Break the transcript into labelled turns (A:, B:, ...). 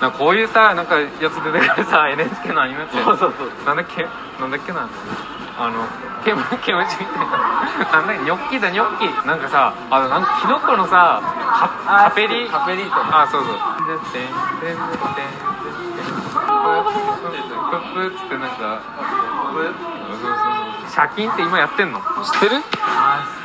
A: なんかこういうさなんかやつ出てくるさ NHK のアニメって
B: そうそうそう
A: なんだっけなんだっけなあの煙煙みたいななんだっけニョッキだニョッキなんかさあのなんかキノコのさカカペリ
B: カペリーとか
A: あそうそうでてんてんてんてんてんプップッつってなんか
B: これ
A: そうそうそうシャキンって今やってんの知ってる
B: あ